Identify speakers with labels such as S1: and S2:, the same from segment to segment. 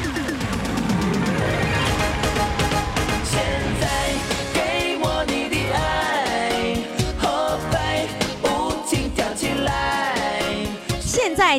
S1: 现在给我你的爱，后背不停跳起来。
S2: 现在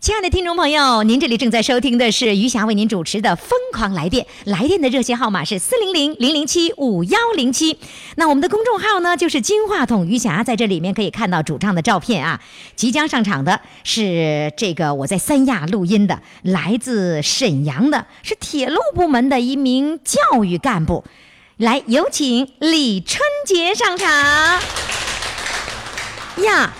S2: 亲爱的听众朋友，您这里正在收听的是余霞为您主持的《疯狂来电》，来电的热线号码是四零零零零七五幺零七。那我们的公众号呢，就是金话筒余霞，在这里面可以看到主唱的照片啊。即将上场的是这个我在三亚录音的，来自沈阳的，是铁路部门的一名教育干部。来，有请李春节上场。呀，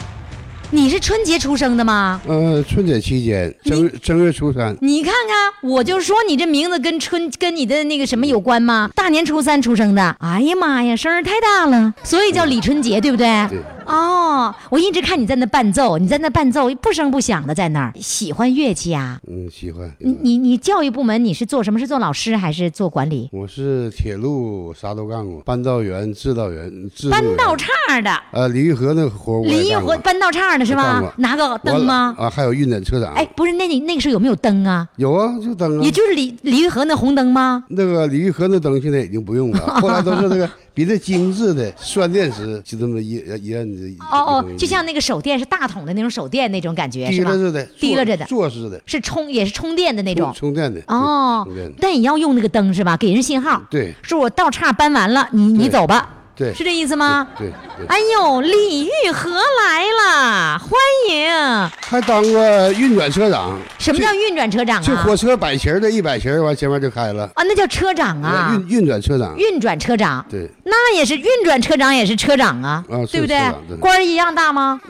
S2: 你是春节出生的吗？
S3: 呃，春节期间，正正月初三，
S2: 你看看，我就说你这名字跟春跟你的那个什么有关吗？大年初三出生的，哎呀妈呀，声儿太大了，所以叫李春杰，对不对？
S3: 对
S2: 哦，我一直看你在那伴奏，你在那伴奏，不声不响的在那儿。喜欢乐器啊？
S3: 嗯，喜欢。
S2: 你你你教育部门你是做什么？是做老师还是做管理？
S3: 我是铁路啥都干过，搬道员、制道员、制
S2: 搬
S3: 作员
S2: 道岔的，
S3: 呃，李玉河那个活我
S2: 李
S3: 也
S2: 一
S3: 干
S2: 回
S3: 过
S2: 搬道岔的是
S3: 我干
S2: 吧
S3: 过？
S2: 拿个灯吗？
S3: 我啊，还有运载车长。
S2: 哎，不是，那你那个时候有没有灯啊？
S3: 有啊，就灯啊
S2: 也。就是李李玉和那红灯吗？
S3: 那个李玉河那灯现在已经不用 了，后来都是那个 比那精致的酸电池，就这么一一摁着。
S2: 哦哦，就像那个手电是大桶的那种手电那种感觉
S3: 提
S2: 是吧
S3: 了？似的，
S2: 提了着的
S3: 坐式的，
S2: 是充也是充电的那
S3: 充
S2: 种。
S3: 充电的。对
S2: 哦
S3: 充电，的。
S2: 但也要用那个灯是吧？给人信号。
S3: 对
S2: 说我道岔搬完了，你你
S3: 对
S2: 走吧，
S3: 对
S2: 是这意思吗？
S3: 对对。
S2: 哎呦，李玉和来了，欢迎！
S3: 还当过运转车长。
S2: 什么
S3: 就
S2: 叫运转车长
S3: 就
S2: 啊
S3: 火？车摆旗儿的，一摆旗儿完前面就开了。
S2: 啊，那叫车长啊，
S3: 运运转车长，
S2: 运转车长。
S3: 对，
S2: 那也是运转车长，也是车长啊，
S3: 啊
S2: 对不
S3: 是
S2: 对
S3: 车长对？
S2: 官儿一样大 吗？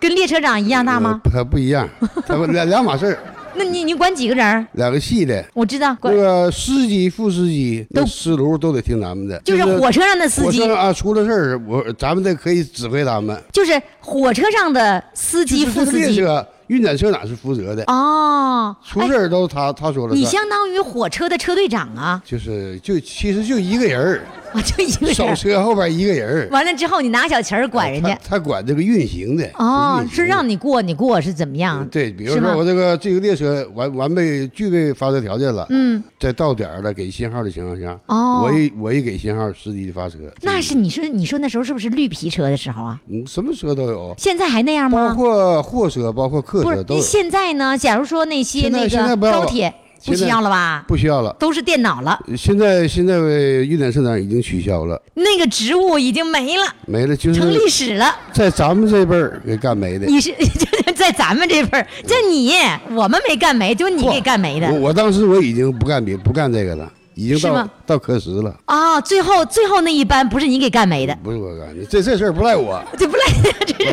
S2: 跟列车长一样大
S3: 呃
S2: 吗？
S3: 不还不一样，他们两两码事儿，
S2: 那你你管几个人儿？
S3: 两个系的。
S2: 我知道，
S3: 嗯那
S2: 管
S3: 个司机、副司机、
S2: 都
S3: 那司炉都得听咱们的，
S2: 就是火车上的司
S3: 火
S2: 机
S3: 车，上啊出了事儿，我咱们得可以指挥他们。
S2: 就是火车上的司机、
S3: 就是
S2: 副
S3: 这个
S2: 司
S3: 列
S2: 机。
S3: 车运转车长是负责的，
S2: 哦，
S3: 出
S2: 哎
S3: 事儿都是他他说了
S2: 你
S3: 算。
S2: 相当于火车的车队长啊，
S3: 就是就其实就一个人儿，
S2: 啊，就一个
S3: 手
S2: 人。
S3: 车后边一个人儿，
S2: 完了之后，你拿小旗儿管人
S3: 他
S2: 家。
S3: 他管这个运行的。
S2: 哦，
S3: 运行
S2: 是
S3: 的
S2: 让你过，你过是怎么样？
S3: 呃对，比如
S2: 是吗
S3: 说我这个这个列车完完备具备发车条件了，嗯，在到点儿了给信号的情况下，
S2: 哦
S3: 我一我一给信号，司机就发车。
S2: 那是你说你说那时候是不是绿皮车的时候啊？
S3: 嗯，什么车都有，
S2: 现在还那样
S3: 包
S2: 吗？
S3: 括货车，包括客
S2: 不
S3: 车
S2: 是，
S3: 都
S2: 那
S3: 有，
S2: 现在呢？假如说那些
S3: 现在
S2: 那
S3: 现
S2: 个
S3: 在不要了
S2: 高铁不
S3: 现在
S2: 需要了吧？
S3: 不需要了。
S2: 都是电脑了，
S3: 现在现在运载车长已经取消了，
S2: 那个职务已经没了，
S3: 没了，就是
S2: 成历史了。
S3: 在咱们这辈儿给干没的。
S2: 你是 就是在咱们这份儿，这你我们没干没，就你给干没的
S3: 我。我当时我已经不干别不干这个了，已经
S2: 是
S3: 到
S2: 吗
S3: 到科室了，
S2: 啊，最后最后那一班不是你给干没的，
S3: 不是我干，的，这这事儿不赖我，
S2: 这不赖，这是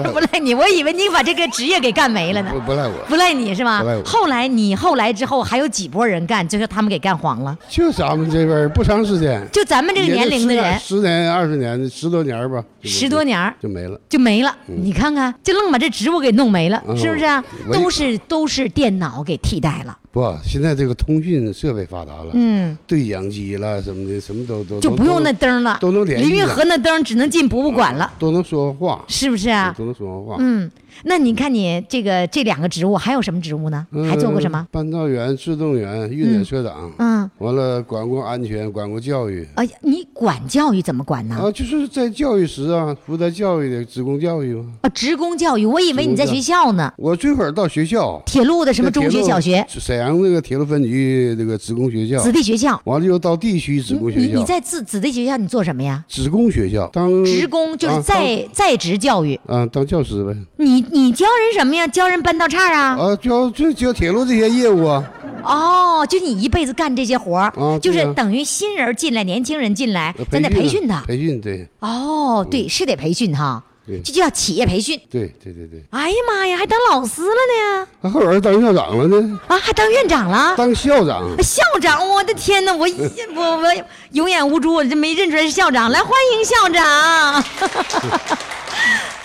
S2: 不赖你。 我以为你把这个职业给干没了呢
S3: 不，不赖我，
S2: 不赖你是吧
S3: 不赖？我
S2: 后来你后来之后还有几波人干，就是他们给干黄了。
S3: 就咱们这辈儿不长时间。
S2: 就咱们这个年龄的人，
S3: 十年、二十年、十多年吧，
S2: 十多年儿
S3: 就没了。
S2: 就没了。你看看，就愣把这职务给弄没了，
S3: 嗯
S2: 是不是啊？
S3: 我
S2: 都是都是电脑给替代了，
S3: 不，现在这个通讯设备发达了，
S2: 嗯，
S3: 对讲机了什么的，什么都都
S2: 就不用那灯了。
S3: 都能联系
S2: 林
S3: 了
S2: 运河那灯只能进博物馆了，
S3: 都能说话，
S2: 是不是啊？
S3: 都能说话。
S2: 嗯，那你看你这个这两个职务还有什么职务呢？
S3: 嗯
S2: 还做过什么？？
S3: 班道员、制动员、运载车长，
S2: 嗯，
S3: 完了管过安全，管过教育。
S2: 哎呀，你管教育怎么管呢？
S3: 啊，就是在教育时啊，负责教育的职工教育嘛。
S2: 啊，职工教育，我以为你在学校呢，
S3: 我最会儿到学校，
S2: 铁路的什么
S3: 在铁
S2: 中学、
S3: 路
S2: 小学，
S3: 沈阳那个铁路分局这个职工学校，
S2: 子弟学校，
S3: 完了又到地区职工
S2: 你
S3: 学
S2: 你
S3: 校，
S2: 在子子弟学校你做什么呀？
S3: 职工学校当
S2: 职工就是
S3: 啊
S2: 在、在职教育，
S3: 当啊当教师呗，
S2: 你你教人什么呀？教人搬道岔啊？
S3: 啊教就教铁路这些业务啊，
S2: 哦，就你一辈子干这些活儿、
S3: 啊
S2: 就
S3: 对
S2: 是
S3: 啊
S2: 等于新人进来，年轻人进来，咱得
S3: 啊
S2: 培训他。
S3: 培训对
S2: 哦，对，是得培训哈，
S3: 对
S2: 这就叫企业培训。
S3: 对对对对，
S2: 哎呀妈呀，还当老师了呢，
S3: 啊后来当校长了呢，
S2: 啊，还当院长了，
S3: 当校长，
S2: 校长，我的天哪，我一我我有眼无珠，我这没认出来是校长。来，欢迎校长，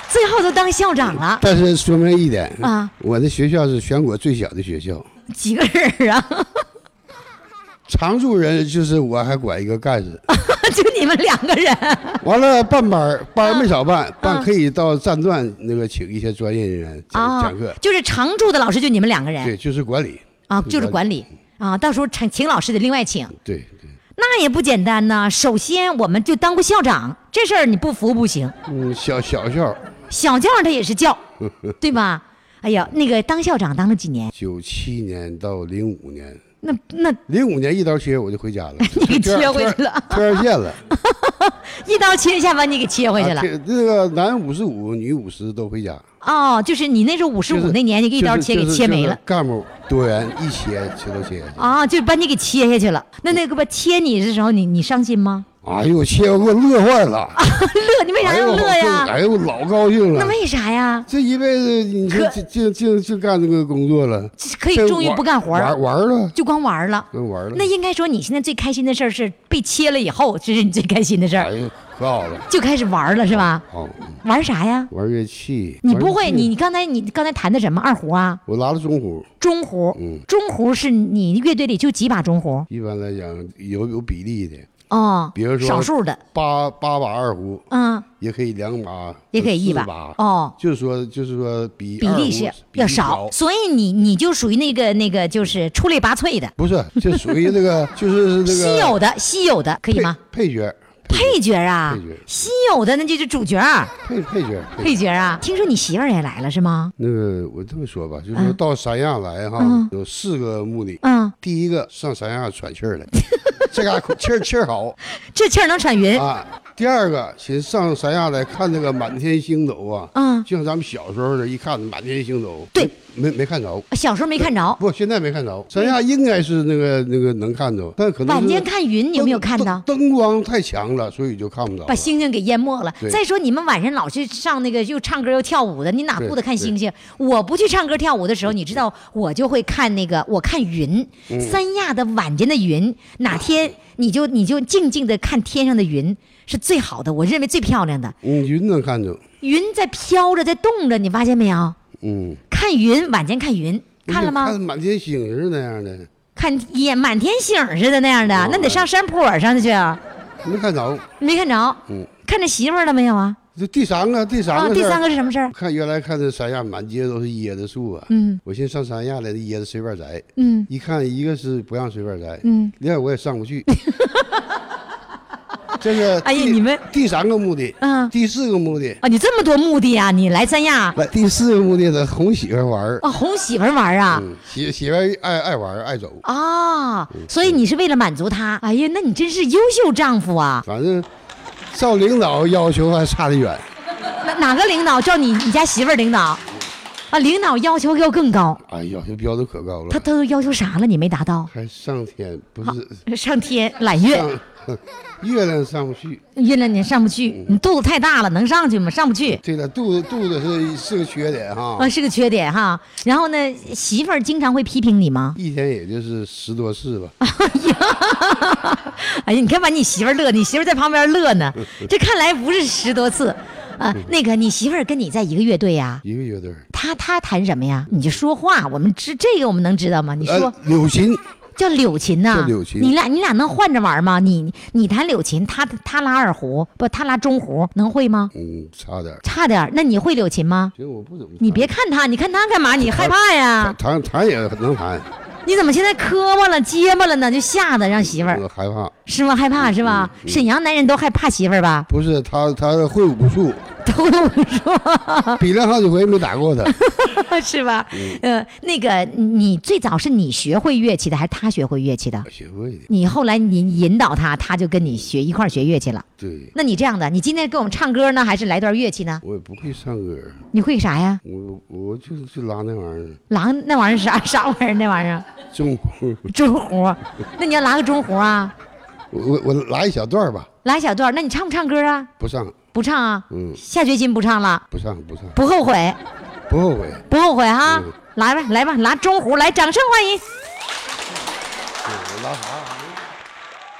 S2: 最后都当校长了，
S3: 但是说明一点
S2: 啊，
S3: 我的学校是全国最小的学校，
S2: 几个人儿啊？
S3: 常住人就是我还管一个干事。
S2: 就你们两个人，
S3: 完了办班儿，班儿没少
S2: 啊
S3: 办，办可以到站段那个请一些专业人员
S2: 啊
S3: 讲讲课，
S2: 就是常驻的老师就你们两个人
S3: 对，就是管理，
S2: 啊，就是管理啊，到时候请请老师得另外请，
S3: 对对，
S2: 那也不简单呐。首先，我们就当过校长这事儿你不服不行，
S3: 嗯，小小校
S2: 小教他也是教，对吧？哎呀，那个当校长当了几 年？
S3: 九七年到零五年，
S2: 那那
S3: 零五年一刀切我就回家了，你
S2: 给切回去了
S3: 推二线了，
S2: 一刀切一下把你给切回去
S3: 啊。
S2: 了
S3: 这这个男五十五，女五十都回家，
S2: 哦，就是你那时候五十
S3: 就
S2: 五
S3: 是
S2: 那年，你给一刀
S3: 就是
S2: 切给
S3: 就是
S2: 切没
S3: 就是
S2: 了。
S3: 干部多元一切切都切下去，
S2: 啊，就把你给切下去了。那那个吧，切你的时候，你你伤心吗？
S3: 哎呦，切我给我乐坏了，
S2: 乐，你为啥
S3: 哎
S2: 要
S3: 呦，
S2: 乐呀？
S3: 哎呦，老高兴了
S2: 那。为啥呀？
S3: 这一辈子你就
S2: 可
S3: 就就就就干这个工作了，
S2: 这可以
S3: 这
S2: 终于
S3: 玩
S2: 不干活儿
S3: 玩玩儿了，
S2: 就光玩了。
S3: 就玩儿了。
S2: 那应该说，你现在最开心的事儿是被切了以后，这是你最开心的事
S3: 哎
S2: 儿，
S3: 呀，可好了，
S2: 就开始玩了，是吧？
S3: 好嗯
S2: 玩啥呀？
S3: 玩乐器。
S2: 你
S3: 玩
S2: 不
S3: 乐
S2: 会，
S3: 器
S2: 你你刚才你刚才弹的什么二胡啊？
S3: 我拉了中胡，
S2: 中胡，
S3: 嗯
S2: 中胡是你乐队里就几把中胡
S3: 一般来讲有有比例的，
S2: 哦
S3: 比如，说
S2: 少数的，
S3: 八八把二胡
S2: 嗯，
S3: 也可以两把，
S2: 也可以一
S3: 四
S2: 把
S3: 把
S2: 哦
S3: 就是说就是说比
S2: 比
S3: 二胡
S2: 例是
S3: 比
S2: 要
S3: 例
S2: 少，
S3: 高
S2: 所以你你就属于那个那个就是出类拔萃的，
S3: 不是，这属于这个 就是这
S2: 稀有
S3: 个
S2: 的稀有的，可以
S3: 配
S2: 吗？
S3: 配角，
S2: 配角啊
S3: 配角，
S2: 稀有的那就是主角儿，
S3: 配配角配
S2: 配角啊。听说你媳妇儿也来了是吗？
S3: 那个我这么说吧，就是说到三亚来哈，有四个目的。
S2: 嗯，
S3: 第一个上三亚喘气儿来， 这嘎口气儿气儿好
S2: 这气儿能喘匀，
S3: 啊。第二个，寻思上三亚来看那个满天星斗啊，
S2: 嗯
S3: 就像咱们小时候的，一看满天星斗，
S2: 对
S3: 没，没没看着，
S2: 小时候没看着，
S3: 不，现在没看着。三亚应该是那个那个能看着，但可能是
S2: 嗯晚间看云，你有没有看到？
S3: 灯？灯灯光太强了，所以就看不着了。
S2: 把星星给淹没了。
S3: 对
S2: 再说你们晚上老去上那个又唱歌又跳舞的，你哪顾得看星星？我不去唱歌跳舞的时候，你知道我就会看那个，我看云，
S3: 嗯
S2: 三亚的晚间的云，哪天你就你就静静的看天上的云。是最好的，我认为最漂亮的
S3: 嗯，云能看着，
S2: 云在飘着，在动着，你发现没有？
S3: 嗯，
S2: 看云，晚间看云，看了
S3: 看
S2: 吗？
S3: 满天星是那样的，
S2: 看也满天星儿似的那样的，
S3: 啊
S2: 那得上山坡上去啊，
S3: 没看着。
S2: 没看着。
S3: 嗯
S2: 看着媳妇儿了没有啊？
S3: 这第三个，第三
S2: 啊，
S3: 个
S2: 第
S3: 事儿
S2: 三个是什么事儿？
S3: 看原来看这三亚满街都是椰子树啊，
S2: 嗯，
S3: 我寻思上三亚来的椰子随便摘，
S2: 嗯，
S3: 一看一个是不让随便摘，
S2: 嗯，
S3: 另外我也上不 去。这个
S2: 哎呀
S3: 第
S2: 你们
S3: 第三个目的，
S2: 嗯
S3: 第四个目的，
S2: 啊，你这么多目的啊！你来三亚
S3: 来第四个目的呢，哄媳妇儿玩儿，
S2: 啊，哄媳妇儿玩儿啊？
S3: 嗯，媳媳妇儿爱爱玩儿爱走，
S2: 啊、所以你是为了满足她。哎呀，那你真是优秀丈夫啊！
S3: 反正照领导要求还差得远，
S2: 哪哪个领导叫你你家媳妇儿领导？啊，领导要求要更高，
S3: 哎呀，这标准可高
S2: 他
S3: 了，
S2: 他都要求啥了？你没达到？
S3: 还上天不是
S2: 上天揽月，
S3: 上月亮上不去，
S2: 月亮你上不去，
S3: 嗯
S2: 你肚子太大了，能上去吗？上不去。
S3: 对了，肚子肚子是是个缺点哈，
S2: 啊，是个缺点哈。然后呢，媳妇儿经常会批评你吗？
S3: 一天也就是十多次吧。
S2: 啊哎呀，你看把你媳妇儿乐，你媳妇儿在旁边乐 呢。这看来不是十多次，啊，
S3: 嗯
S2: 那个你媳妇儿跟你在一个乐队呀、
S3: 一个乐队儿。
S2: 她她弹什么呀？你就说话，我们知这个我们能知道吗？你说、
S3: 呃，柳琴，
S2: 叫柳琴呐、
S3: 叫柳琴
S2: 你俩你俩能换着玩吗？你你弹柳琴，她她拉二胡，不，她拉中胡，能会吗？
S3: 嗯，差点儿。
S2: 差点儿，那你会柳琴吗？
S3: 其实我不怎么弹。
S2: 你别啊看她，你看她干嘛？你害怕呀？
S3: 弹弹也能弹，
S2: 你怎么现在磕巴了、结巴了呢？就吓得让媳妇儿
S3: 我害怕。嗯
S2: 是吗？害怕是吧？沈阳男人都害怕媳妇儿吧？
S3: 不是他，他会武术，
S2: 吐是吧？
S3: 比量好几回没打过 他。
S2: 是吧？呃，那个你最早是你学会乐器的，还是他学会乐器的？
S3: 学会的，
S2: 你后来你引导他，他就跟你学一块儿学乐器了。
S3: 对
S2: 那你这样的，你今天给我们唱歌呢，还是来段乐器呢？
S3: 我也不会唱歌，
S2: 你会啥呀？
S3: 我我就是去拉那玩意儿，
S2: 狼那玩意儿是啥啥玩意儿？那玩意儿
S3: 中 国，
S2: 中胡，那你要拉个中胡啊，
S3: 我我我拉一小段儿吧，
S2: 拉一小段儿。那你唱不唱歌啊？
S3: 不唱
S2: 不唱啊，
S3: 嗯
S2: 下决心不唱了，
S3: 不唱不唱，
S2: 不后悔，
S3: 不后悔。
S2: 不后悔哈、
S3: 嗯
S2: 来吧，来吧，拿中胡来，掌声欢迎。
S3: 我拉啥？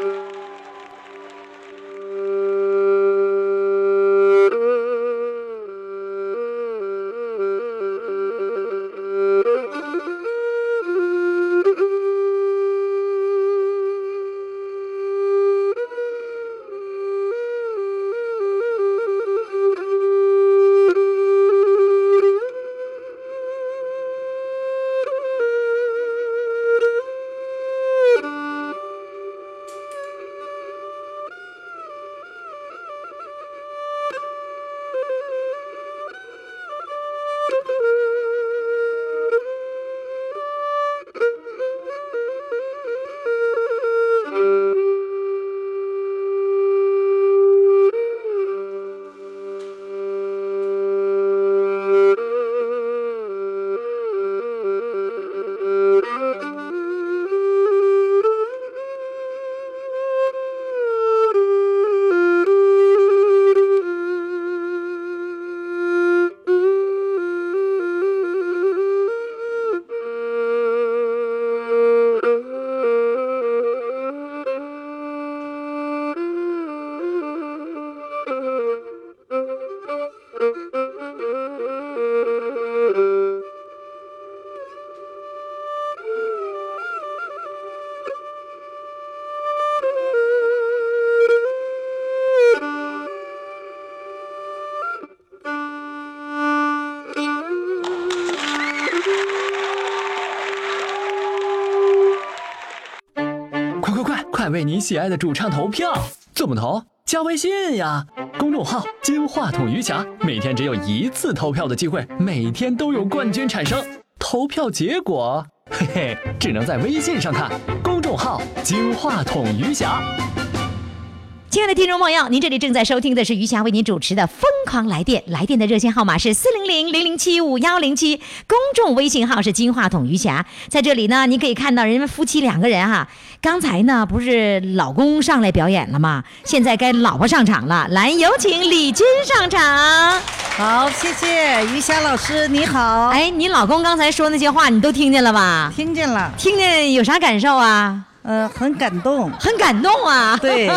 S4: 快快快，快为你喜爱的主唱投票！怎么投？加微信呀，公众号“金话筒余霞”，每天只有一次投票的机会，每天都有冠军产生。投票结果，嘿嘿，只能在微信上看。公众号“金话筒余霞”。
S2: 亲爱的听众朋友，您这里正在收听的是余霞为您主持的《疯狂来电》，来电的热线号码是四零零零零七五幺零七，公众微信号是金话筒余霞。在这里呢，你可以看到人们夫妻两个人哈、刚才呢不是老公上来表演了吗？现在该老婆上场了，来有请李军上场。
S5: 好，谢谢于霞老师，你好，
S2: 哎，你老公刚才说那些话你都听见了吧？
S5: 听见了，
S2: 听见有啥感受啊？
S5: 呃，很感 动，
S2: 很感动啊！
S5: 对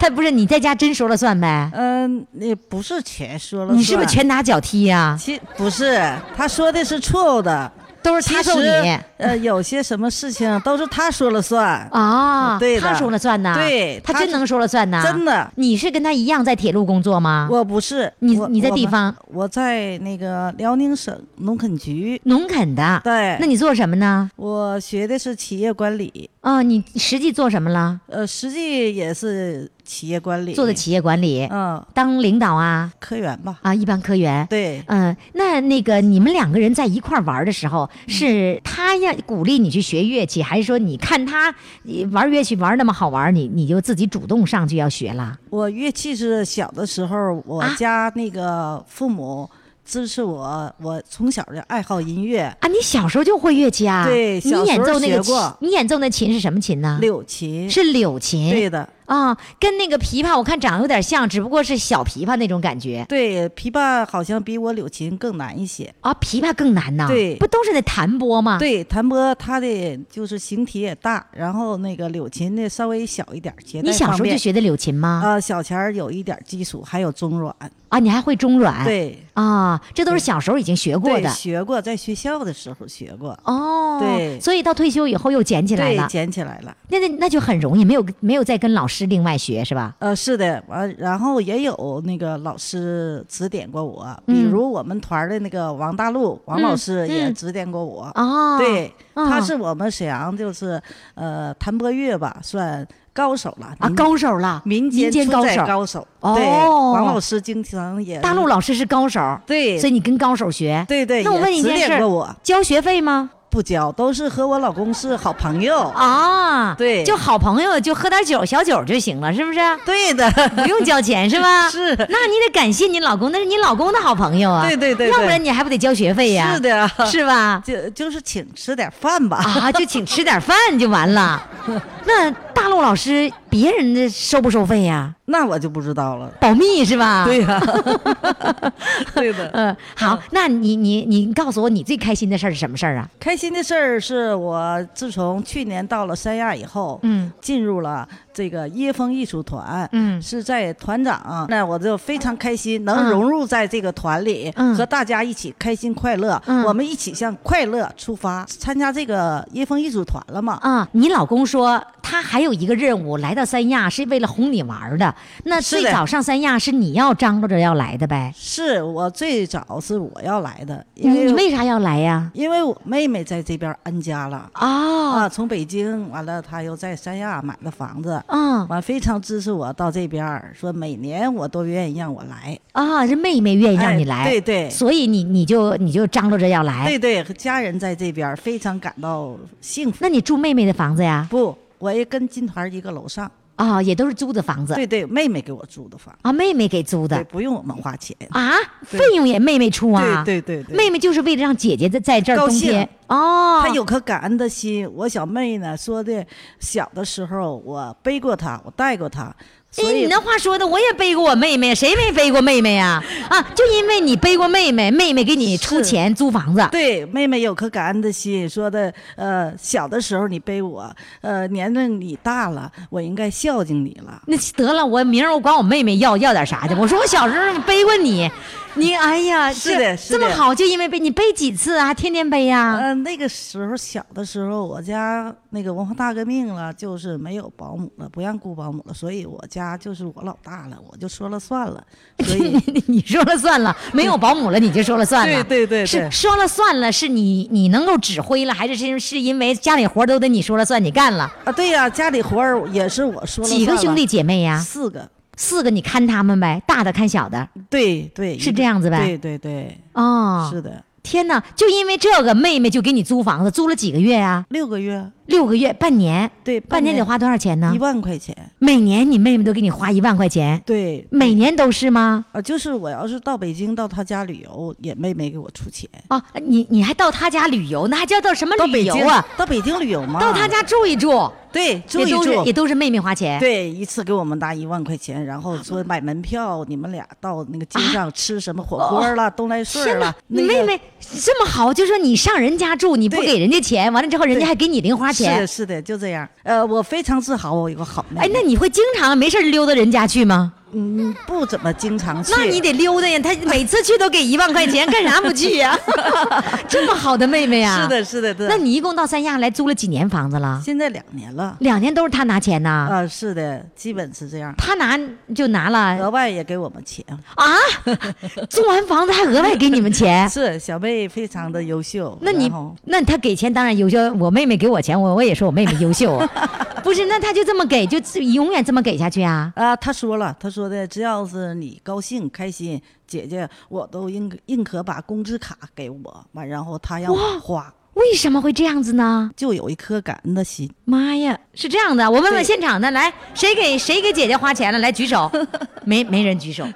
S2: 他不是你在家真说了算呗？
S5: 嗯、那不是全说了算，
S2: 你是不是全打脚踢呀、
S5: 其不是，他说的是错误的，
S2: 都是
S5: 其
S2: 他
S5: 实
S2: 受你。
S5: 呃，有些什么事情都是他说了算，
S2: 啊，
S5: 对的
S2: 他说了算呐，
S5: 对
S2: 他
S5: 他
S2: 真
S5: 是
S2: 能说了算呐，
S5: 真的
S2: 你是跟他一样在铁路工作吗？
S5: 我不是，
S2: 啊你
S5: 我
S2: 你在地？方
S5: 我们我在那个辽宁省农垦局，
S2: 农垦的，
S5: 对
S2: 那你做什么呢？
S5: 我学的是企业管理，
S2: 哦，你实际做什么了？
S5: 呃，实际也是企业管理，
S2: 做的，企业管理，
S5: 嗯，
S2: 当领导啊
S5: 科员吧，
S2: 啊，一般科员。
S5: 对，
S2: 嗯，那那个你们两个人在一块儿玩的时候，
S5: 嗯
S2: 是他要鼓励你去学乐器，还是说你看他呃玩乐器玩那么好玩，你你就自己主动上去要学了？
S5: 我乐器是小的时候，我
S2: 啊
S5: 家那个父母支持我，我从小就爱好音乐，
S2: 啊，你小时候就会乐器啊？
S5: 对
S2: 你
S5: 小时
S2: 演
S5: 候
S2: 奏那个
S5: 学过
S2: 琴，你演奏那琴是什么琴呢？
S5: 柳琴。
S2: 是柳琴，
S5: 对的，
S2: 啊、跟那个琵琶我看长得有点像，只不过是小琵琶那种感觉
S5: 对，琵琶好像比我柳琴更难一些。
S2: 啊，琵琶更难呐。
S5: 对
S2: 不都是那弹拨吗？，
S5: 对，弹拨它的就是形体也大，然后那个柳琴的稍微小一点，携带
S2: 你小时
S5: 方
S2: 候就
S5: 便。
S2: 学的柳琴吗？
S5: 啊、小前儿有一点基础，还有中阮，
S2: 啊，你还会中阮？
S5: 对，
S2: 啊，这都是小时候已经学过
S5: 对，
S2: 的
S5: 学过，在学校的时候学过，
S2: 哦。
S5: 对
S2: 所以到退休以后又捡起来
S5: 对，
S2: 了，
S5: 捡起来了。
S2: 那那那就很容易，没有没有再跟老师另外学是吧？
S5: 呃，是的，完，然后也有那个老师指点过我，比
S2: 嗯
S5: 如我们团儿的那个王大陆，王老
S2: 嗯
S5: 师也
S2: 嗯
S5: 指点过我。
S2: 哦，
S5: 对，他
S2: 啊
S5: 是我们沈阳就是呃弹拨乐吧，算高手了
S2: 啊，
S5: 民
S2: 高手了，
S5: 民间
S2: 间
S5: 出
S2: 高
S5: 在
S2: 手，
S5: 高手。
S2: 哦
S5: 对，王老师经常也
S2: 大陆老师是高手，
S5: 对
S2: 所以你跟高手学。
S5: 对对
S2: 那我
S5: 也
S2: 问你一
S5: 指
S2: 件
S5: 点
S2: 事
S5: 过我，
S2: 交学费吗？
S5: 不教，都是和我老公是好朋友。
S2: 啊，
S5: 对
S2: 就好朋友就喝点酒，小酒就行了，是不是？
S5: 对的，
S2: 不用交钱是吧？
S5: 是
S2: 那你得感谢你老公，那是你老公的好朋友啊。
S5: 对对对对
S2: 要不然你还不得交学费呀？
S5: 是，的，？
S2: 是吧
S5: 就就是请吃点饭吧。
S2: 啊，就请吃点饭就 完了。那大陆老师，别人的收不收费呀？
S5: 那我就不知道了。
S2: 保密是吧？
S5: 对。 呀、对 的。
S2: 嗯，好，那你你你告诉我，你最开心的事儿是什么事儿啊？
S5: 开心的事儿是我自从去年到了三亚以后，
S2: 嗯，
S5: 进入了这个椰风艺术团，
S2: 嗯
S5: 是在团长那我就非常开心，能融入在这个团里，
S2: 嗯
S5: 和大家一起开心快乐，
S2: 嗯
S5: 我们一起向快乐出发，参加这个椰风艺术团了嘛？
S2: 啊、你老公说他还有一个任务，来到三亚是为了哄你玩儿的。那
S5: 是
S2: 最
S5: 的
S2: 早上三亚是你要张罗着要来的呗？
S5: 是我最早是我要来的，
S2: 你
S5: 因为
S2: 你为啥要来呀？
S5: 因为我妹妹在这边安家了。
S2: 啊
S5: 啊，从北京完了，她又在三亚买的房子，
S2: 啊
S5: 完非常支持我到这边儿，说每年我都愿意让我来，
S2: 啊！这妹妹愿意让你来，
S5: 哎对对
S2: 所以你你就你就张罗着要来。
S5: 对对，和家人在这边儿非常感到幸福。
S2: 那你住妹妹的房子呀？
S5: 不，我也跟金团儿一个楼上，
S2: 啊、也都是租的房子。
S5: 对对，妹妹给我租的房，
S2: 啊，妹妹给租
S5: 对，
S2: 的。
S5: 不用我们花钱。
S2: 啊，费用也妹妹出啊。
S5: 对对对对
S2: 妹妹就是为了让姐姐在在这儿
S5: 高
S2: 冬
S5: 兴
S2: 天哦，
S5: 她有颗感恩的心，我小妹呢说的，小的时候我背过她，我带过她，所
S2: 哎，你
S5: 以
S2: 那话说的，我也背过我妹妹，谁没背过妹妹 呀、啊？就因为你背过妹妹，妹妹给你出
S5: 是
S2: 钱租房子。
S5: 对，妹妹有颗感恩的心，说的，呃，小的时候你背我，呃，年龄你大了，我应该孝敬你了。
S2: 那得了，我明儿我管我妹妹要要点 啥去？我说我小时候背过你，你哎呀，
S5: 是
S2: 这
S5: 的是
S2: 这么
S5: 的
S2: 好，就因为背你背几次啊？天天背呀、
S5: 嗯、那个时候小的时候，我家那个文化大革命了，就是没有保姆了，不让雇保姆了，所以我家就是我老大了，我就说了算 了。所以
S2: 你说了算了，没有保姆了，你就说了算
S5: 对
S2: 了。
S5: 对对
S2: 是
S5: 对
S2: 说了算了，是你你能够指挥了，还是是是因为家里活儿都得你说了算，你干了？
S5: 啊，对呀、家里活儿也是我说了
S2: 几个
S5: 算
S2: 兄
S5: 了
S2: 弟姐妹呀、
S5: 四个，
S2: 四个，你看他们呗，大的看小的。
S5: 对对，
S2: 是
S5: 一
S2: 这样子呗
S5: 对对对，
S2: 哦，
S5: 是的，
S2: 天哪！就因为这个，妹妹就给你租房子，租了几个月呀、
S5: 六个月，
S2: 六个月，半年。
S5: 对
S2: 半年得花多少钱呢
S5: 一？万块钱，
S2: 每年你妹妹都给你花一万块钱，
S5: 对，
S2: 每年都是吗？
S5: 啊，就是我要是到北京到他家旅游，也妹妹给我出钱。
S2: 哦，你你还到她家旅游，那还叫到什么
S5: 到
S2: 旅
S5: 北
S2: 游
S5: 京
S2: 啊？，
S5: 到北京旅游嘛，
S2: 到她家住一住，
S5: 对住一
S2: 也都是也
S5: 住。
S2: 都是妹妹花钱。
S5: 对，一次给我们拿一万块钱，然后说买门票，你们俩到那个街上吃什么火锅了、东来顺
S2: 啊哦天
S5: 了
S2: 哪，，你
S5: 那
S2: 妹
S5: 个
S2: 妹这么好，就说你上人家住，你不
S5: 对
S2: 给人家钱，完了之后人家
S5: 对
S2: 还给你零花
S5: 是的，
S2: 钱。
S5: 是的，就这样。呃，我非常自豪，我有个好妹妹。
S2: 哎，那你会经常没事儿溜达人家去吗？
S5: 嗯，不怎么经常去。
S2: 那你得溜达呀，她每次去都给一万块钱，干啥不去 呀？这么好的妹妹啊！
S5: 是的，是的，对。
S2: 那你一共到三亚来租了几年房子了？
S5: 现在两年了
S2: 两年都是他拿钱呐、
S5: 啊、是的，基本是这样。
S2: 他拿就拿
S5: 额
S2: 了
S5: 外也给我们钱，
S2: 啊，租完房子还额外给你们钱。
S5: 是小妹非常的优秀。
S2: 哎那你
S5: 然后
S2: 那他给钱当然优秀，我妹妹给我钱，我我也说我妹妹优秀啊， 不是？那他就这么给，就自永远这么给下去啊？
S5: 啊，他说了，他说的，只要是你高兴开心，姐姐我都认可认可把工资卡给我，完然后他让我花，
S2: 为什么会这样子呢？
S5: 就有一颗感恩的心。
S2: 妈呀，是这样的，啊我问问
S5: 对
S2: 现场的，来，谁给谁给姐姐花钱了？来 举手，没没人举手，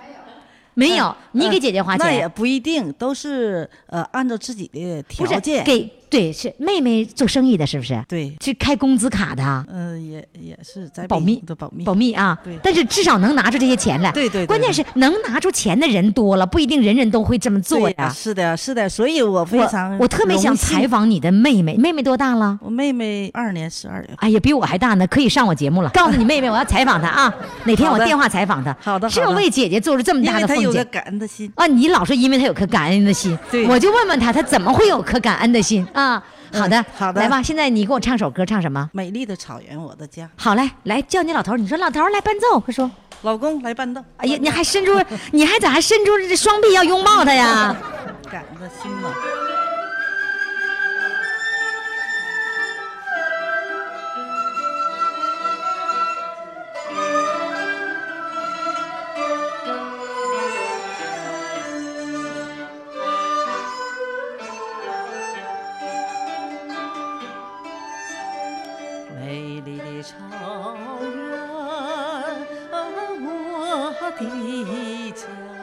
S2: 没有，你给姐姐花
S5: 那也
S2: 钱，
S5: 不一定，都是呃按照自己的
S2: 不是
S5: 条件。
S2: 给对是妹妹做生意的，是不是？
S5: 对，
S2: 是开工资卡的啊，
S5: 嗯、也也是在
S2: 保密
S5: 的保密
S2: 保密啊
S5: 对，
S2: 但是至少能拿出这些钱来。
S5: 对对对
S2: 关键是能拿出钱的人多了，不一定人人都会这么做
S5: 对呀、
S2: 呀。
S5: 是的，是的，所以我非常
S2: 啊我我特别想
S5: 荣幸
S2: 采访你的妹妹，妹妹多大了？
S5: 我妹妹二年十二月。
S2: 哎呀，比我还大呢，可以上我节 目了。告诉你妹妹，我要采访她啊，哪天我
S5: 好的
S2: 电话采访她。
S5: 好的好的
S2: 这为姐姐做出这么
S5: 因
S2: 大
S5: 为
S2: 的
S5: 她
S2: 奉
S5: 有个
S2: 献。
S5: 感恩的心，
S2: 啊，你老是因为她有颗感恩的心，
S5: 对嗯
S2: 我就问问她，她怎么会有颗感恩的心啊？好的，
S5: 好的
S2: 来吧，现在你给我唱首歌，唱什么？
S5: 美丽的草原，我的家。
S2: 好嘞，来叫你老头儿，你说老头儿来伴奏，快说。
S5: 老公来伴奏，
S2: 哎呀，你还伸出，你还咋还伸出这双臂要拥抱 他呀？
S5: 感恩的心嘛。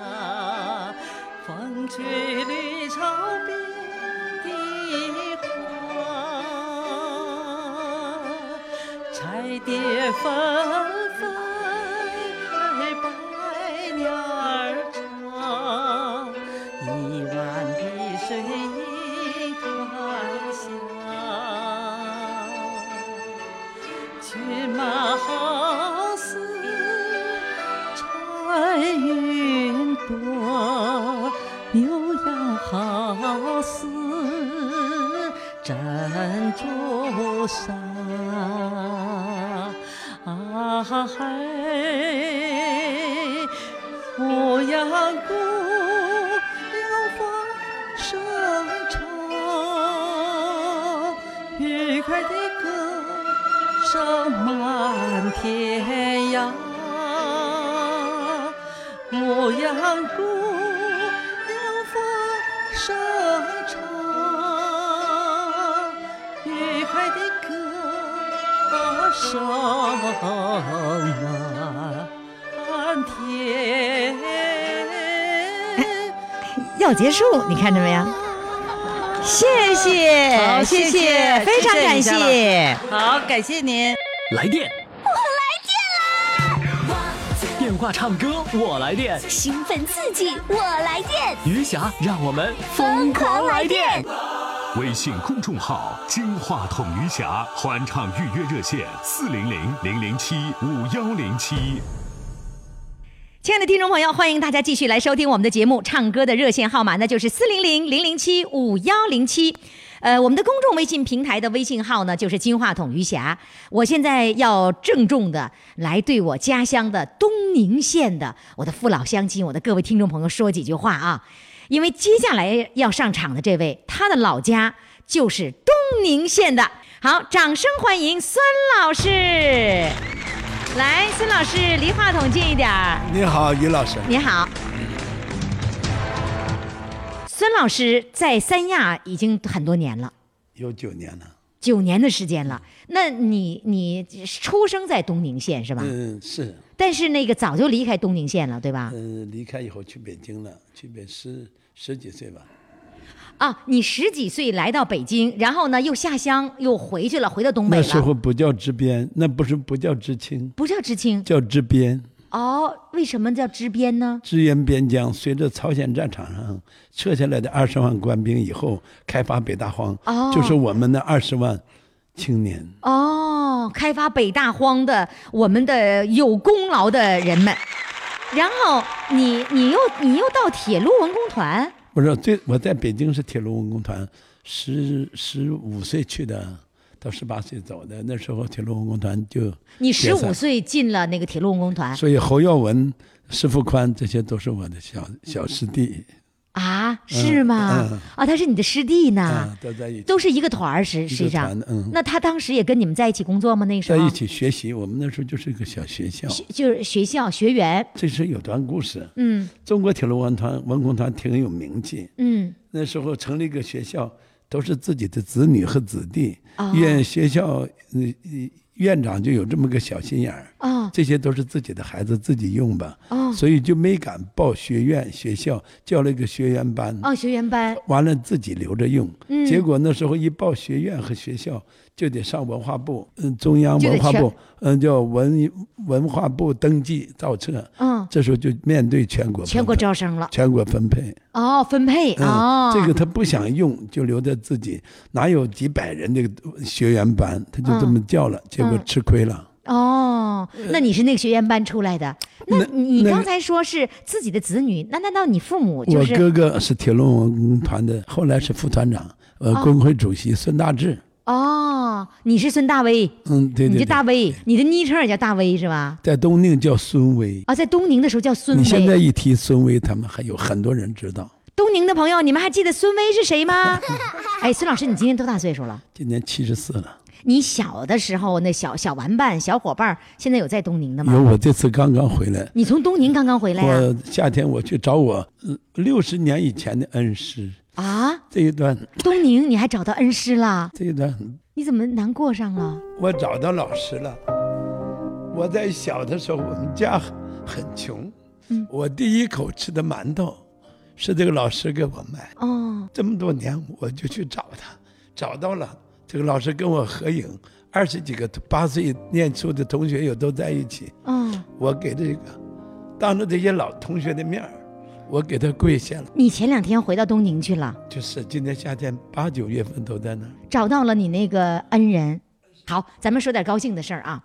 S5: 啊
S1: 去绿草边的花，彩蝶纷纷，百鸟儿唱，一湾碧水映晚霞。骏马好似穿云朵，牛羊好似珍珠沙。啊嘿，牧羊姑娘放声唱，愉快的歌声满天涯。牧羊姑娘放声唱，愉快的歌声啊满天。
S2: 要结束，你看着没有？谢
S1: 好
S2: 谢，
S1: 谢谢
S2: 谢，非常
S1: 谢谢
S2: 感
S1: 你家老
S2: 谢。
S1: 好，感谢您。
S4: 来电，我来电啦！电话唱歌，我来电。
S6: 兴奋刺激，我来电，
S4: 余霞，让我们
S6: 疯狂来电！
S7: 微信公众号“金话筒余霞”欢唱预约热线：四零零零零七五幺零七。
S2: 亲爱的听众朋友，欢迎大家继续来收听我们的节目。唱歌的热线号码那就是四零零零零七五幺零七。呃，我们的公众微信平台的微信号呢，就是金话筒余霞。我现在要郑重的来对我家乡的东宁县的我的父老乡亲、我的各位听众朋友说几句话啊，因为接下来要上场的这位，他的老家就是东宁县的。好，掌声欢迎孙老师！来，孙老师离话筒近一点儿。
S3: 你好，于老师。
S2: 您好，孙老师在三亚已经很多年了，
S3: 有九年了，
S2: 九年的时间了。那你你出生在东宁县是吧？
S3: 嗯，是，
S2: 但是那个早就离开东宁县了，对吧？
S3: 嗯，离开以后去北京了，去北十十几岁吧，
S2: 啊，你十几岁来到北京，然后呢又下乡又回去了，回到东北
S8: 那时
S2: 了。
S8: 候不叫支边，那不是不叫知青，
S2: 不叫知青
S8: 叫支边，
S2: 哦，为什么叫支边呢？
S8: 支援边疆。随着朝鲜战场上撤下来的二十万官兵以后，开发北大荒，
S2: 哦
S8: 就是我们的二十万青年。
S2: 哦，开发北大荒的我们的有功劳的人们， 然后你你又你又到铁路文工团，
S8: 我说最我在北京是铁路文工团，十十五岁去的，到十八岁走的。那时候铁路文工团就
S2: 你
S8: 解
S2: 十
S8: 散
S2: 五岁进了那个铁路文工团
S8: 所以侯耀文、石富宽这些都是我的小
S2: 嗯
S8: 小师弟，
S2: 啊？是吗？
S8: 嗯
S2: 啊，他是你的师弟呢
S8: 啊，，都在一起，
S2: 嗯都是一个团儿，实实际上
S8: 团。的嗯
S2: 那他当时也跟你们在一起工作吗？那时
S8: 在
S2: 候
S8: 一起学习。我们那时候就是一个小学校，
S2: 学啊就是学校学员，
S8: 这是有段故事。
S2: 嗯
S8: 中国铁路文团文工团挺有名气，
S2: 嗯，
S8: 那时候成立一个学校，都是自己的子女和子弟
S2: 哦。
S8: 院学校嗯嗯院长就有这么个小心眼儿。
S2: 哦
S8: 这些都是自己的孩子自己用吧，
S2: 哦
S8: 所以就没敢报学院学校，叫了一个学员班，
S2: 哦，学员班
S8: 完了自己留着用。
S2: 嗯
S8: 结果那时候一报学院和学校，就得上文化部，嗯，中央文化
S2: 就得
S8: 部，嗯，叫文文化部登记造册。
S2: 嗯
S8: 这时候就面对全国分配
S2: 全国招生了
S8: 全国分配。
S2: 哦，分配
S8: 嗯，
S2: 哦，
S8: 这个他不想用，就留在自己，哪有几百人的学员班，他就这么叫
S2: 嗯
S8: 了，结果吃亏了。
S2: 哦，那你是那个学员班出来的？那
S8: 呃那
S2: 你
S8: 那
S2: 刚
S8: 个
S2: 才说是自己的子女，那难道你父母就
S8: 我
S2: 是
S8: 哥哥是铁路文工团的，后来是副团长，呃，
S2: 哦
S8: 工会主席孙大志。
S2: 哦？你是孙大威，
S8: 嗯，对
S2: 你
S8: 对
S2: 就大
S8: 对，
S2: 威，你的昵称也叫大威是吧？
S8: 在东宁叫孙威。
S2: 啊，在东宁的时候叫孙
S8: 你现在
S2: 威。
S8: 一提孙威，他们还有很多人知道。
S2: 东宁的朋友，你们还记得孙威是谁吗？哎，孙老师，你今年多大岁数了？
S8: 今年七十四了，
S2: 你小的时候那小小玩伴、小伙伴儿，现在有在东宁的
S8: 有
S2: 吗？
S8: 我这次刚刚回来，
S2: 你从东宁刚刚回嗯来啊呀、
S8: 我夏天我去找我呃六十年以前的恩师，
S2: 啊？
S8: 这一段
S2: 东宁你还找到恩师了？
S8: 这一段
S2: 你怎么难过上了？
S8: 我找到老师了。我在小的时候，我们家很穷，我第一口吃的馒头是这个老师给我买。
S2: 哦，
S8: 这么多年我就去找他，找到了这个老师跟我合影，二十几个八岁念书的同学也都在一起。
S2: 嗯，
S8: 我给这个当着这些老同学的面儿，我给他跪下了。
S2: 你前两天回到东宁去了，
S8: 就是今年夏天八九月份都在那儿。
S2: 找到了你那个恩人。好，咱们说点高兴的事儿啊，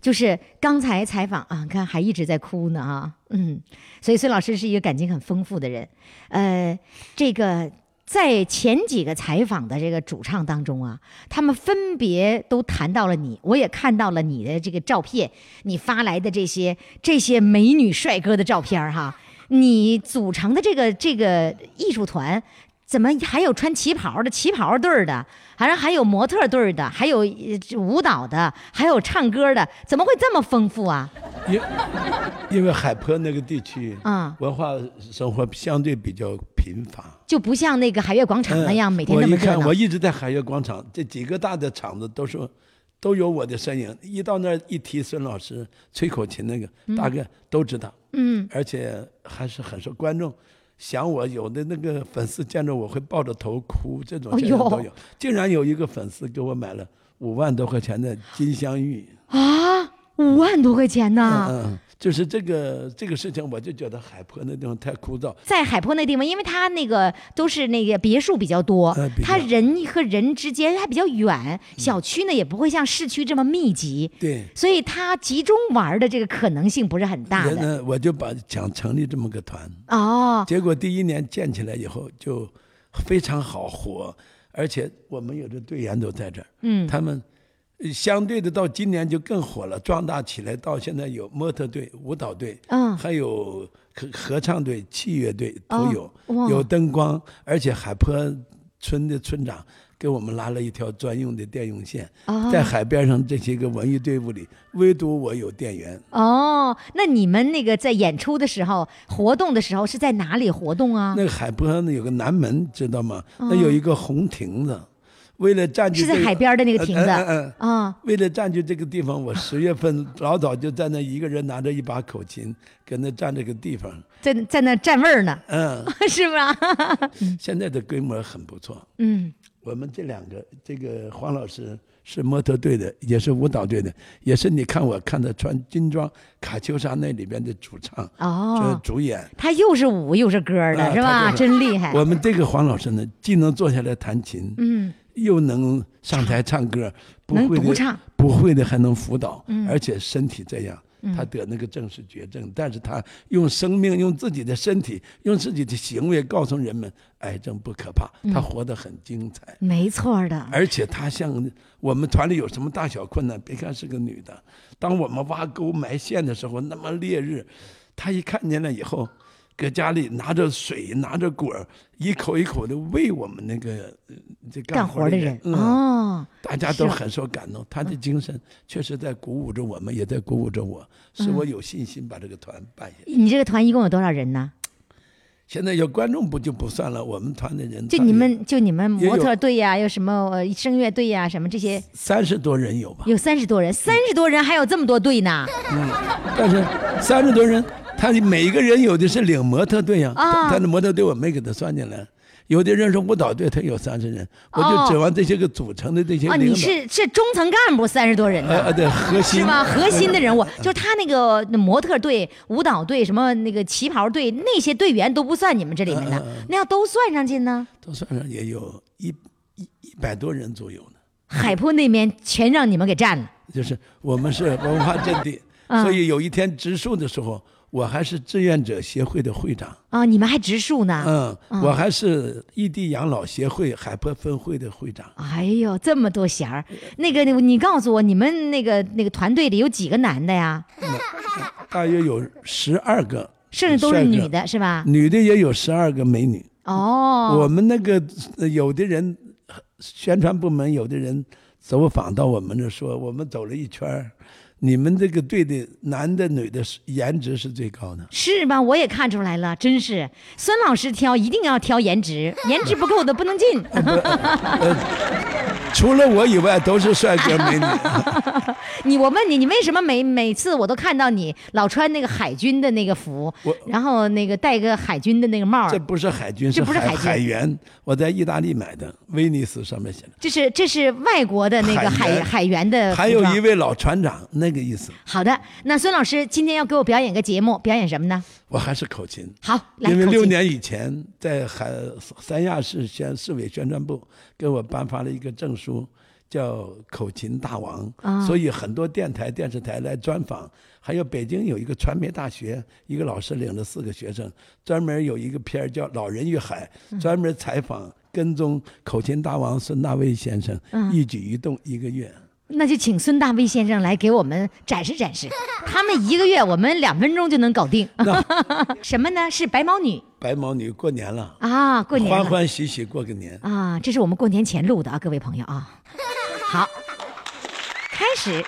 S2: 就是刚才采访啊，你看还一直在哭呢啊，嗯，所以孙老师是一个感情很丰富的人。呃，这个在前几个采访的这个主唱当中啊，他们分别都谈到了你，我也看到了你的这个照片，你发来的这些这些美女帅哥的照片儿哈。你组成的这个这个艺术团，怎么还有穿旗袍的旗袍队儿的，好像还有模特队儿的，还有呃这舞蹈的，还有唱歌的，怎么会这么丰富啊？
S8: 因因为海坡那个地区，
S2: 嗯
S8: 文化生活相对比较贫乏。
S2: 就不像那个海月广场那样、
S8: 嗯
S2: 每天那么
S8: 我一
S2: 热
S8: 看，
S2: 闹
S8: 我。一直在海悦广场，这几个大的场子都说都有我的身影。一到那儿一提孙老师吹口琴那个，大概都知道。
S2: 嗯，
S8: 而且还是很受观众。想我有的那个粉丝见着我会抱着头哭，这种
S2: 哎呦
S8: 现象都有。竟然有一个粉丝给我买了五万多块钱的金镶玉，
S2: 啊，五万多块钱呢。
S8: 嗯，就是这个这个事情，我就觉得海坡那地方太枯燥，
S2: 在海坡那地方，因为它那个都是那个别墅比较多
S8: 呃，比较嗯
S2: 它人和人之间还比较远，小区呢也不会像市区这么密集，
S8: 对
S2: 所以它集中玩的这个可能性不是很大
S8: 人
S2: 的。
S8: 呢，我就把想成立这么个团，
S2: 哦，
S8: 结果第一年建起来以后就非常好火，而且我们有的队员都在这儿，
S2: 嗯
S8: 他们呃相对的到今年就更火了，壮大起来，到现在有模特队、舞蹈队，
S2: 嗯
S8: 还有合合唱队、器乐队都有，
S2: 哦哇
S8: 有灯光，而且海坡村的村长。给我们拉了一条专用的电用线，
S2: 哦
S8: 在海边上这些个文艺队伍里，唯独我有电源。
S2: 哦，那你们那个在演出的时候、活动的时候是在哪里活动啊？
S8: 那个海坡上有个南门，知道吗？那有一个红亭子，为了占据
S2: 嗯是
S8: 这个、
S2: 在海边的那个亭子
S8: 呃呃呃呃
S2: 啊
S8: 为了占据这个地方，我十月 份老早就在那一个人拿着一把口琴，跟那占这个地方。
S2: 在在那占位儿 呢，
S8: 嗯，
S2: 是吧？
S8: 现在的规模很不错。
S2: 嗯，
S8: 我们这两个，这个黄老师是模特队的，也是舞蹈队的，也是你看我看他穿军装卡秋莎那里边的主唱，
S2: 哦
S8: 这主演。
S2: 他又是舞又是歌的，
S8: 啊
S2: 是吧？
S8: 他就是
S2: 真厉害。
S8: 我们这个黄老师呢，既能坐下来弹琴，
S2: 嗯，
S8: 又能上台唱歌，不
S2: 能
S8: 会
S2: 独
S8: 的
S2: 唱
S8: 不会的还能辅导，
S2: 嗯
S8: 而且身体这样。他得那个症是绝症，但是他用生命、用自己的身体、用自己的行为告诉人们，癌症不可怕，
S2: 嗯
S8: 他活得很精彩。
S2: 没错儿的。
S8: 而且她像我们团里有什么大小困难，别看是个女的，当我们挖沟埋线的时候，那么烈日，她一看见了以后，搁家里拿着水拿着果儿，一口一口的喂我们那个呃这
S2: 干
S8: 活
S2: 活的
S8: 人
S2: 人。
S8: 嗯
S2: 哦，
S8: 大家都很受感动，她的精神确实在鼓舞着我们，也在鼓舞着我，使我有信心把这个团办下来。
S2: 你这个团一共有多少人呢？
S8: 现在有观众不就不算了，我们团的人
S2: 就
S8: 大
S2: 你
S8: 约
S2: 们就你们
S8: 也
S2: 模
S8: 有
S2: 特队呀、有什么呃声乐队呀、什么这些，
S8: 三十多人有吧？
S2: 有三十多人，三十多人还有这么多队呢。
S8: 但是三十多人，他每一个人有的是领模特队呀、
S2: 啊
S8: 他的模特队我没给他算进来，有的人是舞蹈队，他有三十人，我就指望这些个组成的这些
S2: 哦，
S8: 领
S2: 你
S8: 导，
S2: 是是中层干部三十多人呢。
S8: 呃呃，对，核心
S2: 是吗？核心的人物就是他那个模特队、舞蹈队、什么那个旗袍队那些队员都不算你们这里面
S8: 嗯
S2: 的，那要都算上去呢，
S8: 都算上也有一一一百多人左右呢。
S2: 海坡那边全让你们给占了。
S8: 就是我们是文化阵地，
S2: 啊
S8: 所以有一天植树的时候，我还是志愿者协会的会长，
S2: 啊、你们还植树呢？
S8: 嗯，我还是异地养老协会海坡分会的会长。
S2: 哎呦，这么多弦儿！那个，你告诉我，你们那个那个团队里有几个男的呀？
S8: 大约有十二个，
S2: 剩下都是女，的，是吧？
S8: 女的也有十二个美女。嗯我
S2: 哦，
S8: 们那个呃有的人呃宣传部门，有的人走访到我们这说，我们走了一圈儿你们这个队的男的女的是颜值是最高的。
S2: 是吧？我也看出来了，真是孙老师挑一定要挑颜值，颜值不够的不能进。
S8: 呃，除了我以外都是帅哥美 女。
S9: 啊你我问你，你为什么每每次我都看到你老穿那个海军的那个服
S8: 我，
S9: 然后那个戴个海军的那个帽儿
S8: 这？不是海军，
S9: 这不是
S8: 海
S9: 海军
S8: 员。我在意大利买的，威尼斯上面写的。
S9: 这是这是外国的那
S8: 海
S9: 个海
S8: 员
S9: 海员呃的服装。
S8: 还有一位老船长，那个意思，
S9: 好的，那孙老师今天要给我表演个节目，表演什么呢？
S8: 我还是口琴。
S9: 好，来，
S8: 因为
S9: 口
S8: 六
S9: 琴
S8: 年以前，在海三亚市宣市委宣传部给我颁发了一个证书，叫口琴大王。
S9: 啊
S8: 所以很多电台、电视台来专访，还有北京有一个传媒大学，一个老师领着四个学生，专门有一个片儿叫《老人与海》，
S9: 嗯
S8: 专门采访跟踪口琴大王孙大卫先生、
S9: 嗯
S8: 一举一动一个月。
S9: 那就请孙大卫先生来给我们展示展示。他们一个月，我们两分钟就能搞定。 什么呢？是白毛女
S8: 白毛女过年了，
S9: 啊，过年了
S8: 欢欢喜喜过个年。
S9: 啊，这是我们过年前录的啊，各位朋友啊。好，开始。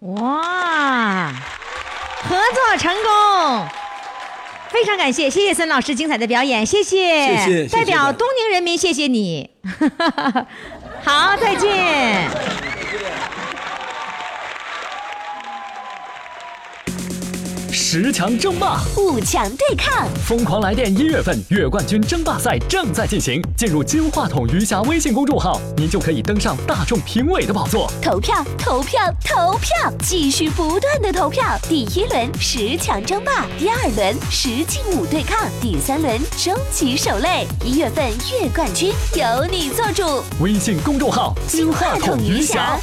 S9: 哇，合作成功！非常感谢，谢谢孙老师精彩的表演，谢谢，
S8: 谢谢谢谢
S9: 代表东宁人民，谢谢你。 好，再见。
S4: 十强争霸。
S6: 五强对抗，
S4: 疯狂来电一月份月冠军争霸赛正在进行，进入金话筒余霞微信公众号，您就可以登上大众评委的宝座。
S6: 投票，投票，投票，继续不断的投票。第一轮十强争霸，第二轮十进五对抗，第三轮终极守擂。一月份月冠军由你做主，
S4: 微信公众号金话筒余霞。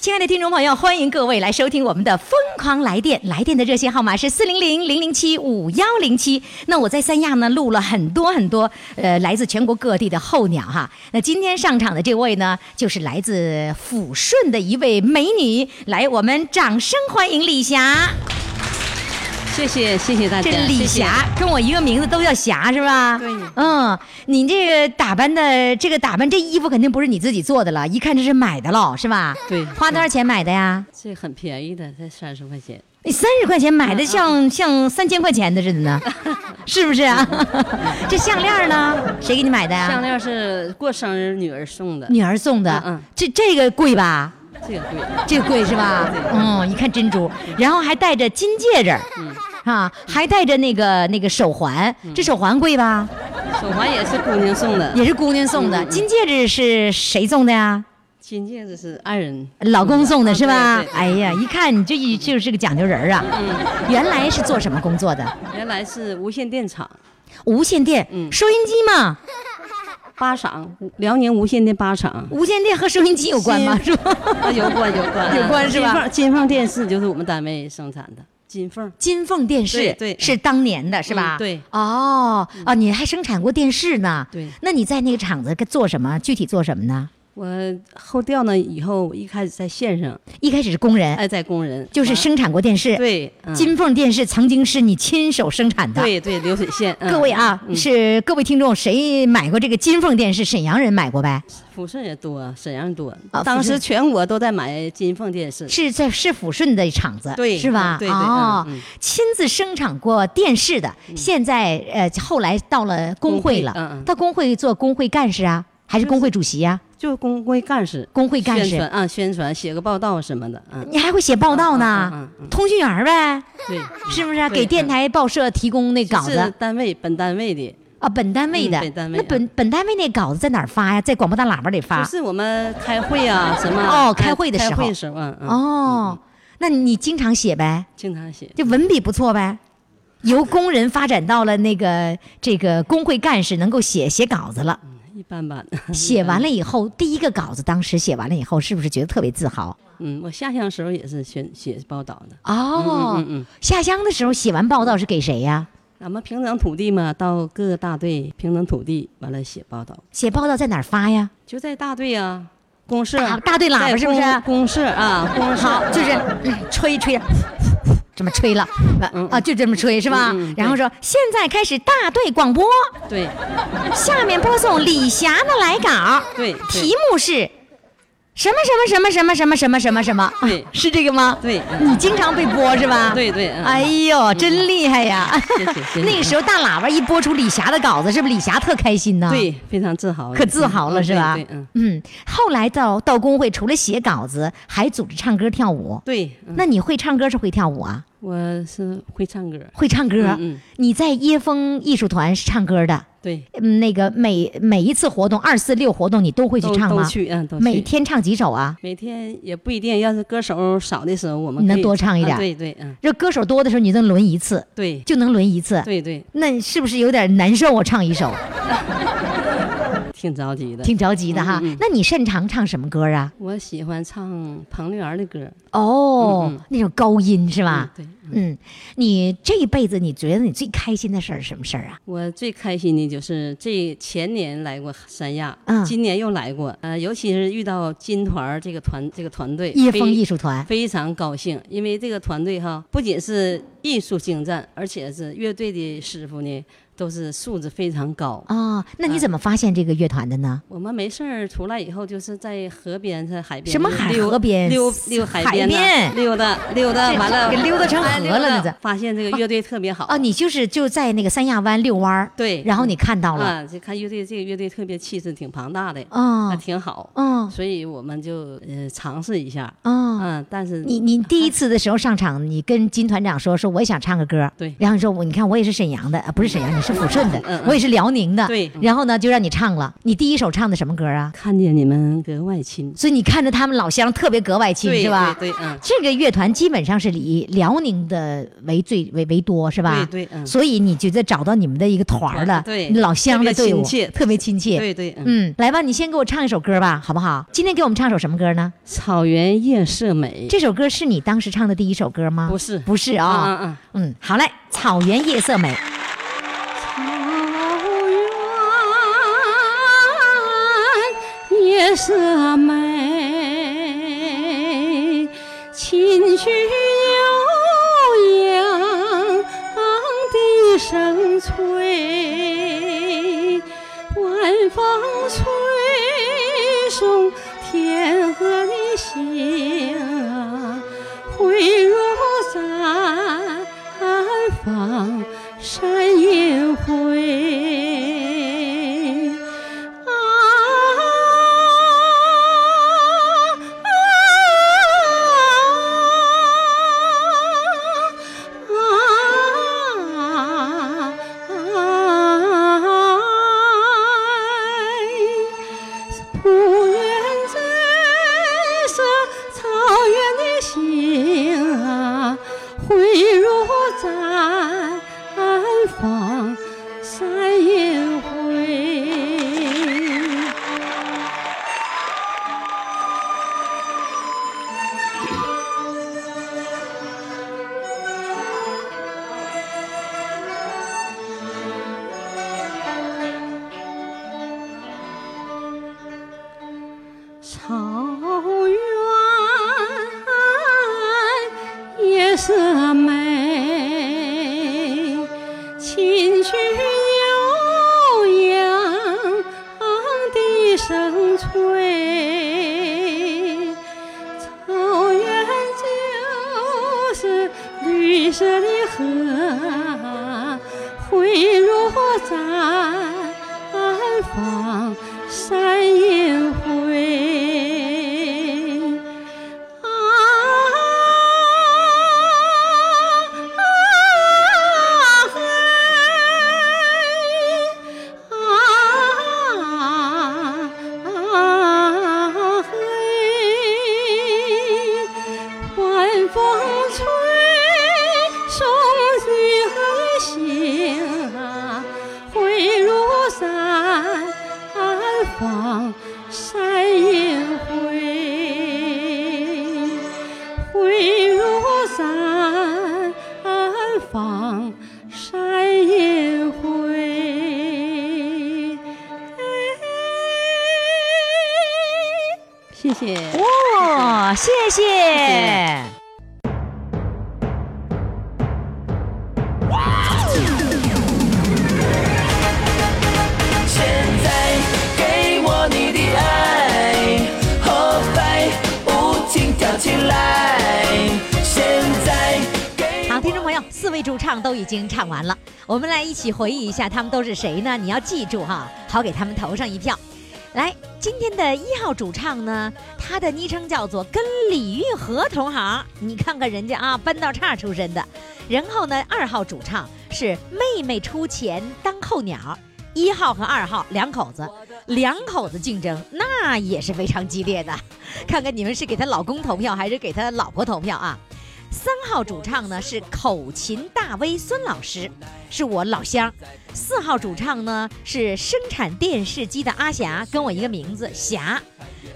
S2: 亲爱的听众朋友，欢迎各位来收听我们的《疯狂来电》，来电的热线号码是四零零零零七五幺零七。那我在三亚呢录了很多很多，呃，来自全国各地的候鸟哈。那今天上场的这位呢，就是来自抚顺的一位美女，来，我们掌声欢迎李霞。
S10: 谢谢谢啊谢大家，
S2: 这李霞
S10: 谢谢
S2: 跟我一个名字都叫霞是吧？
S10: 对
S2: 嗯，你这个打扮的这个打扮，这衣服肯定不是你自己做的了，一看这是买的了是吧？
S10: 对
S2: 花多少钱买的呀？
S10: 这很便宜的，才三十块钱。嗯
S2: 你三十块钱买的像、像三千块钱的似的 呢，是不是啊？ 这项链呢？谁给你买的呀、
S10: 项链是过生日女儿送的，
S2: 女儿送的，
S10: 嗯嗯
S2: 这这个贵吧？
S10: 这个贵，
S2: 这个贵是吧？嗯，一看珍珠，然后还戴着金戒指，
S10: 嗯，
S2: 啊，还戴着那个那个手环，这手环贵吧？
S10: 手环也是姑娘送的，
S2: 也是姑娘送的，
S10: 嗯嗯嗯
S2: 金戒指是谁送的呀？
S10: 金戒指是爱人，
S2: 老公送的是吧
S10: 啊对？嗯对对
S2: 哎呀，一看你这一就是个讲究人儿啊！原来是做什么工作的？
S10: 原来是无线电厂
S2: 无线电、
S10: 嗯
S2: 收音机嘛，，
S10: 八厂，辽宁无线电八厂
S2: 无线电和收音机有关吗？是吧？
S10: 啊 有关有关
S2: 有关是吧
S10: 金凤金凤电视就是我们单位生产的金凤，
S2: 金凤电视
S10: 对对
S2: 是当年的是吧？
S10: 嗯对
S2: 哦啊，你还生产过电视呢？
S10: 对
S2: 那你在那个厂子做什么？具体做什么呢？
S10: 我后调呢以后一开始在线上，
S2: 一开始是工人，
S10: 爱在工人，
S2: 就是
S10: 完
S2: 生产过电视。，
S10: 呃对嗯
S2: 金凤电视曾经是你亲手生产的。。
S10: 对对流水线，嗯
S2: 各位啊，
S10: 嗯
S2: 是各位听众，谁买过这个金凤电视？沈阳人买过呗？
S10: 抚顺也多，沈阳多
S2: 啊，
S10: 当
S2: 抚
S10: 时
S2: 顺
S10: 全国都在买金凤电视，
S2: 是在是抚顺的厂子，
S10: 对
S2: 是吧？
S10: 对对
S2: 哦
S10: 嗯嗯，嗯
S2: 亲自生产过电视的，现在呃，后来到了工会了，
S10: 工会嗯嗯
S2: 到工会做工会干事啊，还是工会主席啊？
S10: 就工会干事，
S2: 工会干
S10: 宣传
S2: 事，
S10: 啊，宣传写个报道什么的，嗯，
S2: 你还会写报道呢，
S10: 嗯嗯嗯
S2: 通讯员儿呗，
S10: 对，
S2: 是不是啊？
S10: 对嗯
S2: 给电台报社提供那稿
S10: 是
S2: 子
S10: 单位本单位的，
S2: 啊，本单位的，
S10: 嗯本单位
S2: 那本本单位那稿子在哪儿发呀？在广播大喇叭里发
S10: 就。是我们开会啊什么
S2: 哦
S10: 哎
S2: 开会的时候
S10: 开会时候，嗯嗯，
S2: 哦，那你经常写呗，
S10: 经常写，
S2: 这文笔不错呗。由工人发展到了那个这个工会干事，能够写写稿子了。
S10: 一般般。
S2: 写完了以后，第一个稿子当时写完了以后，是不是觉得特别自豪？
S10: 嗯，我下乡时候也是宣写报道的，
S2: 哦，
S10: 嗯嗯嗯
S2: 下乡的时候写完报道是给谁呀？
S10: 咱们平整土地嘛，到各个大队平整土地，完了写报道，
S2: 写报道在哪儿发呀？
S10: 就在大队啊，公社
S2: 大大队喇叭
S10: 在
S2: 是不是
S10: 公公社啊，公社
S2: 好，就是 嗯吹吹，这么吹了，
S10: 嗯
S2: 啊，就这么吹是吧
S10: 嗯嗯？对
S2: 然后说现在开始大队广播，
S10: 对
S2: 下面播送李霞的来稿，
S10: 对对
S2: 题目是什么什么什么什么什么什么什么什么
S10: 对，
S2: 是这个吗？
S10: 对
S2: 你经常被播是吧？
S10: 对对嗯
S2: 哎呦，真厉害呀！
S10: 谢谢谢谢
S2: 那个时候大喇叭一播出李霞的稿子，是不是李霞特开心呢？
S10: 对，，非常自豪，
S2: 可自豪了
S10: 嗯
S2: 是吧
S10: 对，对嗯，
S2: 嗯。后来到到工会，除了写稿子，还组织唱歌跳舞。
S10: 对，嗯
S2: 那你会唱歌是会跳舞啊？
S10: 我是会唱歌，
S2: 会唱歌。
S10: 嗯嗯
S2: 你在椰风艺术团是唱歌的，
S10: 对，
S2: 嗯，那个每每一次活动二四六活动你都会去
S10: 都
S2: 唱
S10: 都
S2: 吗？
S10: 去，嗯，都去
S2: 每天唱几首啊？
S10: 每天也不一定，要是歌手少的时候，我们
S2: 你能
S10: 可以
S2: 多唱一点
S10: 啊对对，嗯，
S2: 这歌手多的时候，你能轮一次，
S10: 对
S2: 就能轮一次。
S10: 对嗯对，
S2: 那你是不是有点难受？我唱一首，
S10: 挺着急的。
S2: 挺着急的哈。
S10: 嗯嗯嗯
S2: 那你擅长唱什么歌啊？
S10: 我喜欢唱彭丽媛的歌，
S2: 哦，
S10: 嗯嗯
S2: 那种高音是吧？
S10: 嗯对，
S2: 嗯，你这一辈子你觉得你最开心的事儿是什么事儿啊？
S10: 我最开心的就是这前年来过三亚，
S2: 嗯
S10: 今年又来过，呃，尤其是遇到金团儿这个团这个团队，
S2: 椰风
S10: 非
S2: 艺术团
S10: 非常高兴，因为这个团队哈，不仅是艺术精湛，而且是乐队的师傅呢，都是素质非常高。
S2: 哦，那
S10: 啊
S2: 你怎么发现这个乐团的呢？
S10: 我们没事儿出来以后，就是在河边、在海边，
S2: 什么海
S10: 溜
S2: 河边
S10: 溜溜海边呐，
S2: 海边
S10: 溜达溜达，
S2: 这
S10: 完了
S2: 给溜达成河了
S10: 哎溜达
S2: 那是
S10: 发现这个乐队特别好
S2: 哦，你就是就在那个三亚湾遛弯儿，
S10: 对
S2: 然后你看到了，
S10: 啊，就看乐队这个乐队特别气势挺庞大的，
S2: 哦
S10: 啊，挺好，
S2: 嗯
S10: 所以我们就呃尝试一下，
S2: 哦，
S10: 嗯，但是
S2: 你你第一次的时候上场，你跟金团长说，说说我也想唱个歌，
S1: 对
S2: 然后你说我你看我也是沈阳的，啊不是沈阳，你是抚顺的，
S1: 嗯嗯
S2: 我也是辽宁的，嗯
S1: 对
S2: 然后呢就让你唱了，你第一首唱的什么歌啊？
S1: 看见你们格外亲，
S2: 所以你看着他们老乡特别格外亲，
S1: 对
S2: 是吧？
S1: 对对嗯
S2: 这个乐团基本上是以辽宁的为最为为多，是吧？
S1: 对对嗯
S2: 所以你觉得找到你们的一个团儿了，
S1: 对
S2: 老乡的队伍
S1: 特别亲切
S2: 特别亲切。
S1: 对对嗯
S2: 嗯，来吧，你先给我唱一首歌吧，好不好？今天给我们唱首什么歌呢？
S1: 草原夜色美，
S2: 这首歌是你当时唱的第一首歌吗？
S1: 不是
S2: 不是啊、
S1: 嗯嗯嗯
S2: 嗯，好嘞，《草原夜色美》。
S1: 草原夜色美，琴曲悠扬的声催，晚风吹送天河的星啊，汇入咱。南方山野回。啊啊啊哎不愿再色草原的心啊，汇入咱方三野回。草原夜色美，琴曲悠扬的声催，草哦原就是绿色的河，汇入咱方山野回。啊啊嘿啊啊嘿，晚风吹送雨和星啊，汇入山方山野回。回入山房山野回。哎谢谢。
S2: 哇、谢谢。
S1: 谢
S9: 现在给我你的爱，后白无情跳起来。现在给
S2: 好，听众朋友，四位主唱都已经唱完了，我们来一起回忆一下他们都是谁呢？你要记住哈，好给他们投上一票。来，今天的一号主唱呢，他的昵称叫做跟李玉和同行，你看看人家啊，搬道岔出身的。然后呢，二号主唱是妹妹出钱当候鸟，一号和二号两口子，两口子竞争那也是非常激烈的，看看你们是给她老公投票还是给她老婆投票啊？三号主唱呢是口琴大 V 孙老师，是我老乡。四号主唱呢是生产电视机的阿霞，跟我一个名字霞。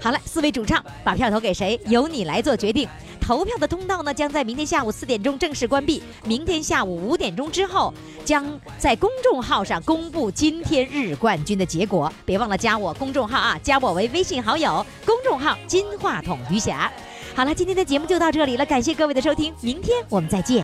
S2: 好了，四位主唱把票投给谁，由你来做决定。投票的通道呢将在明天下午四点钟正式关闭，明天下午五点钟之后将在公众号上公布今天日冠军的结果。别忘了加我公众号啊，加我为微信好友，公众号金话筒余霞。好了，今天的节目就到这里了，感谢各位的收听，明天我们再见。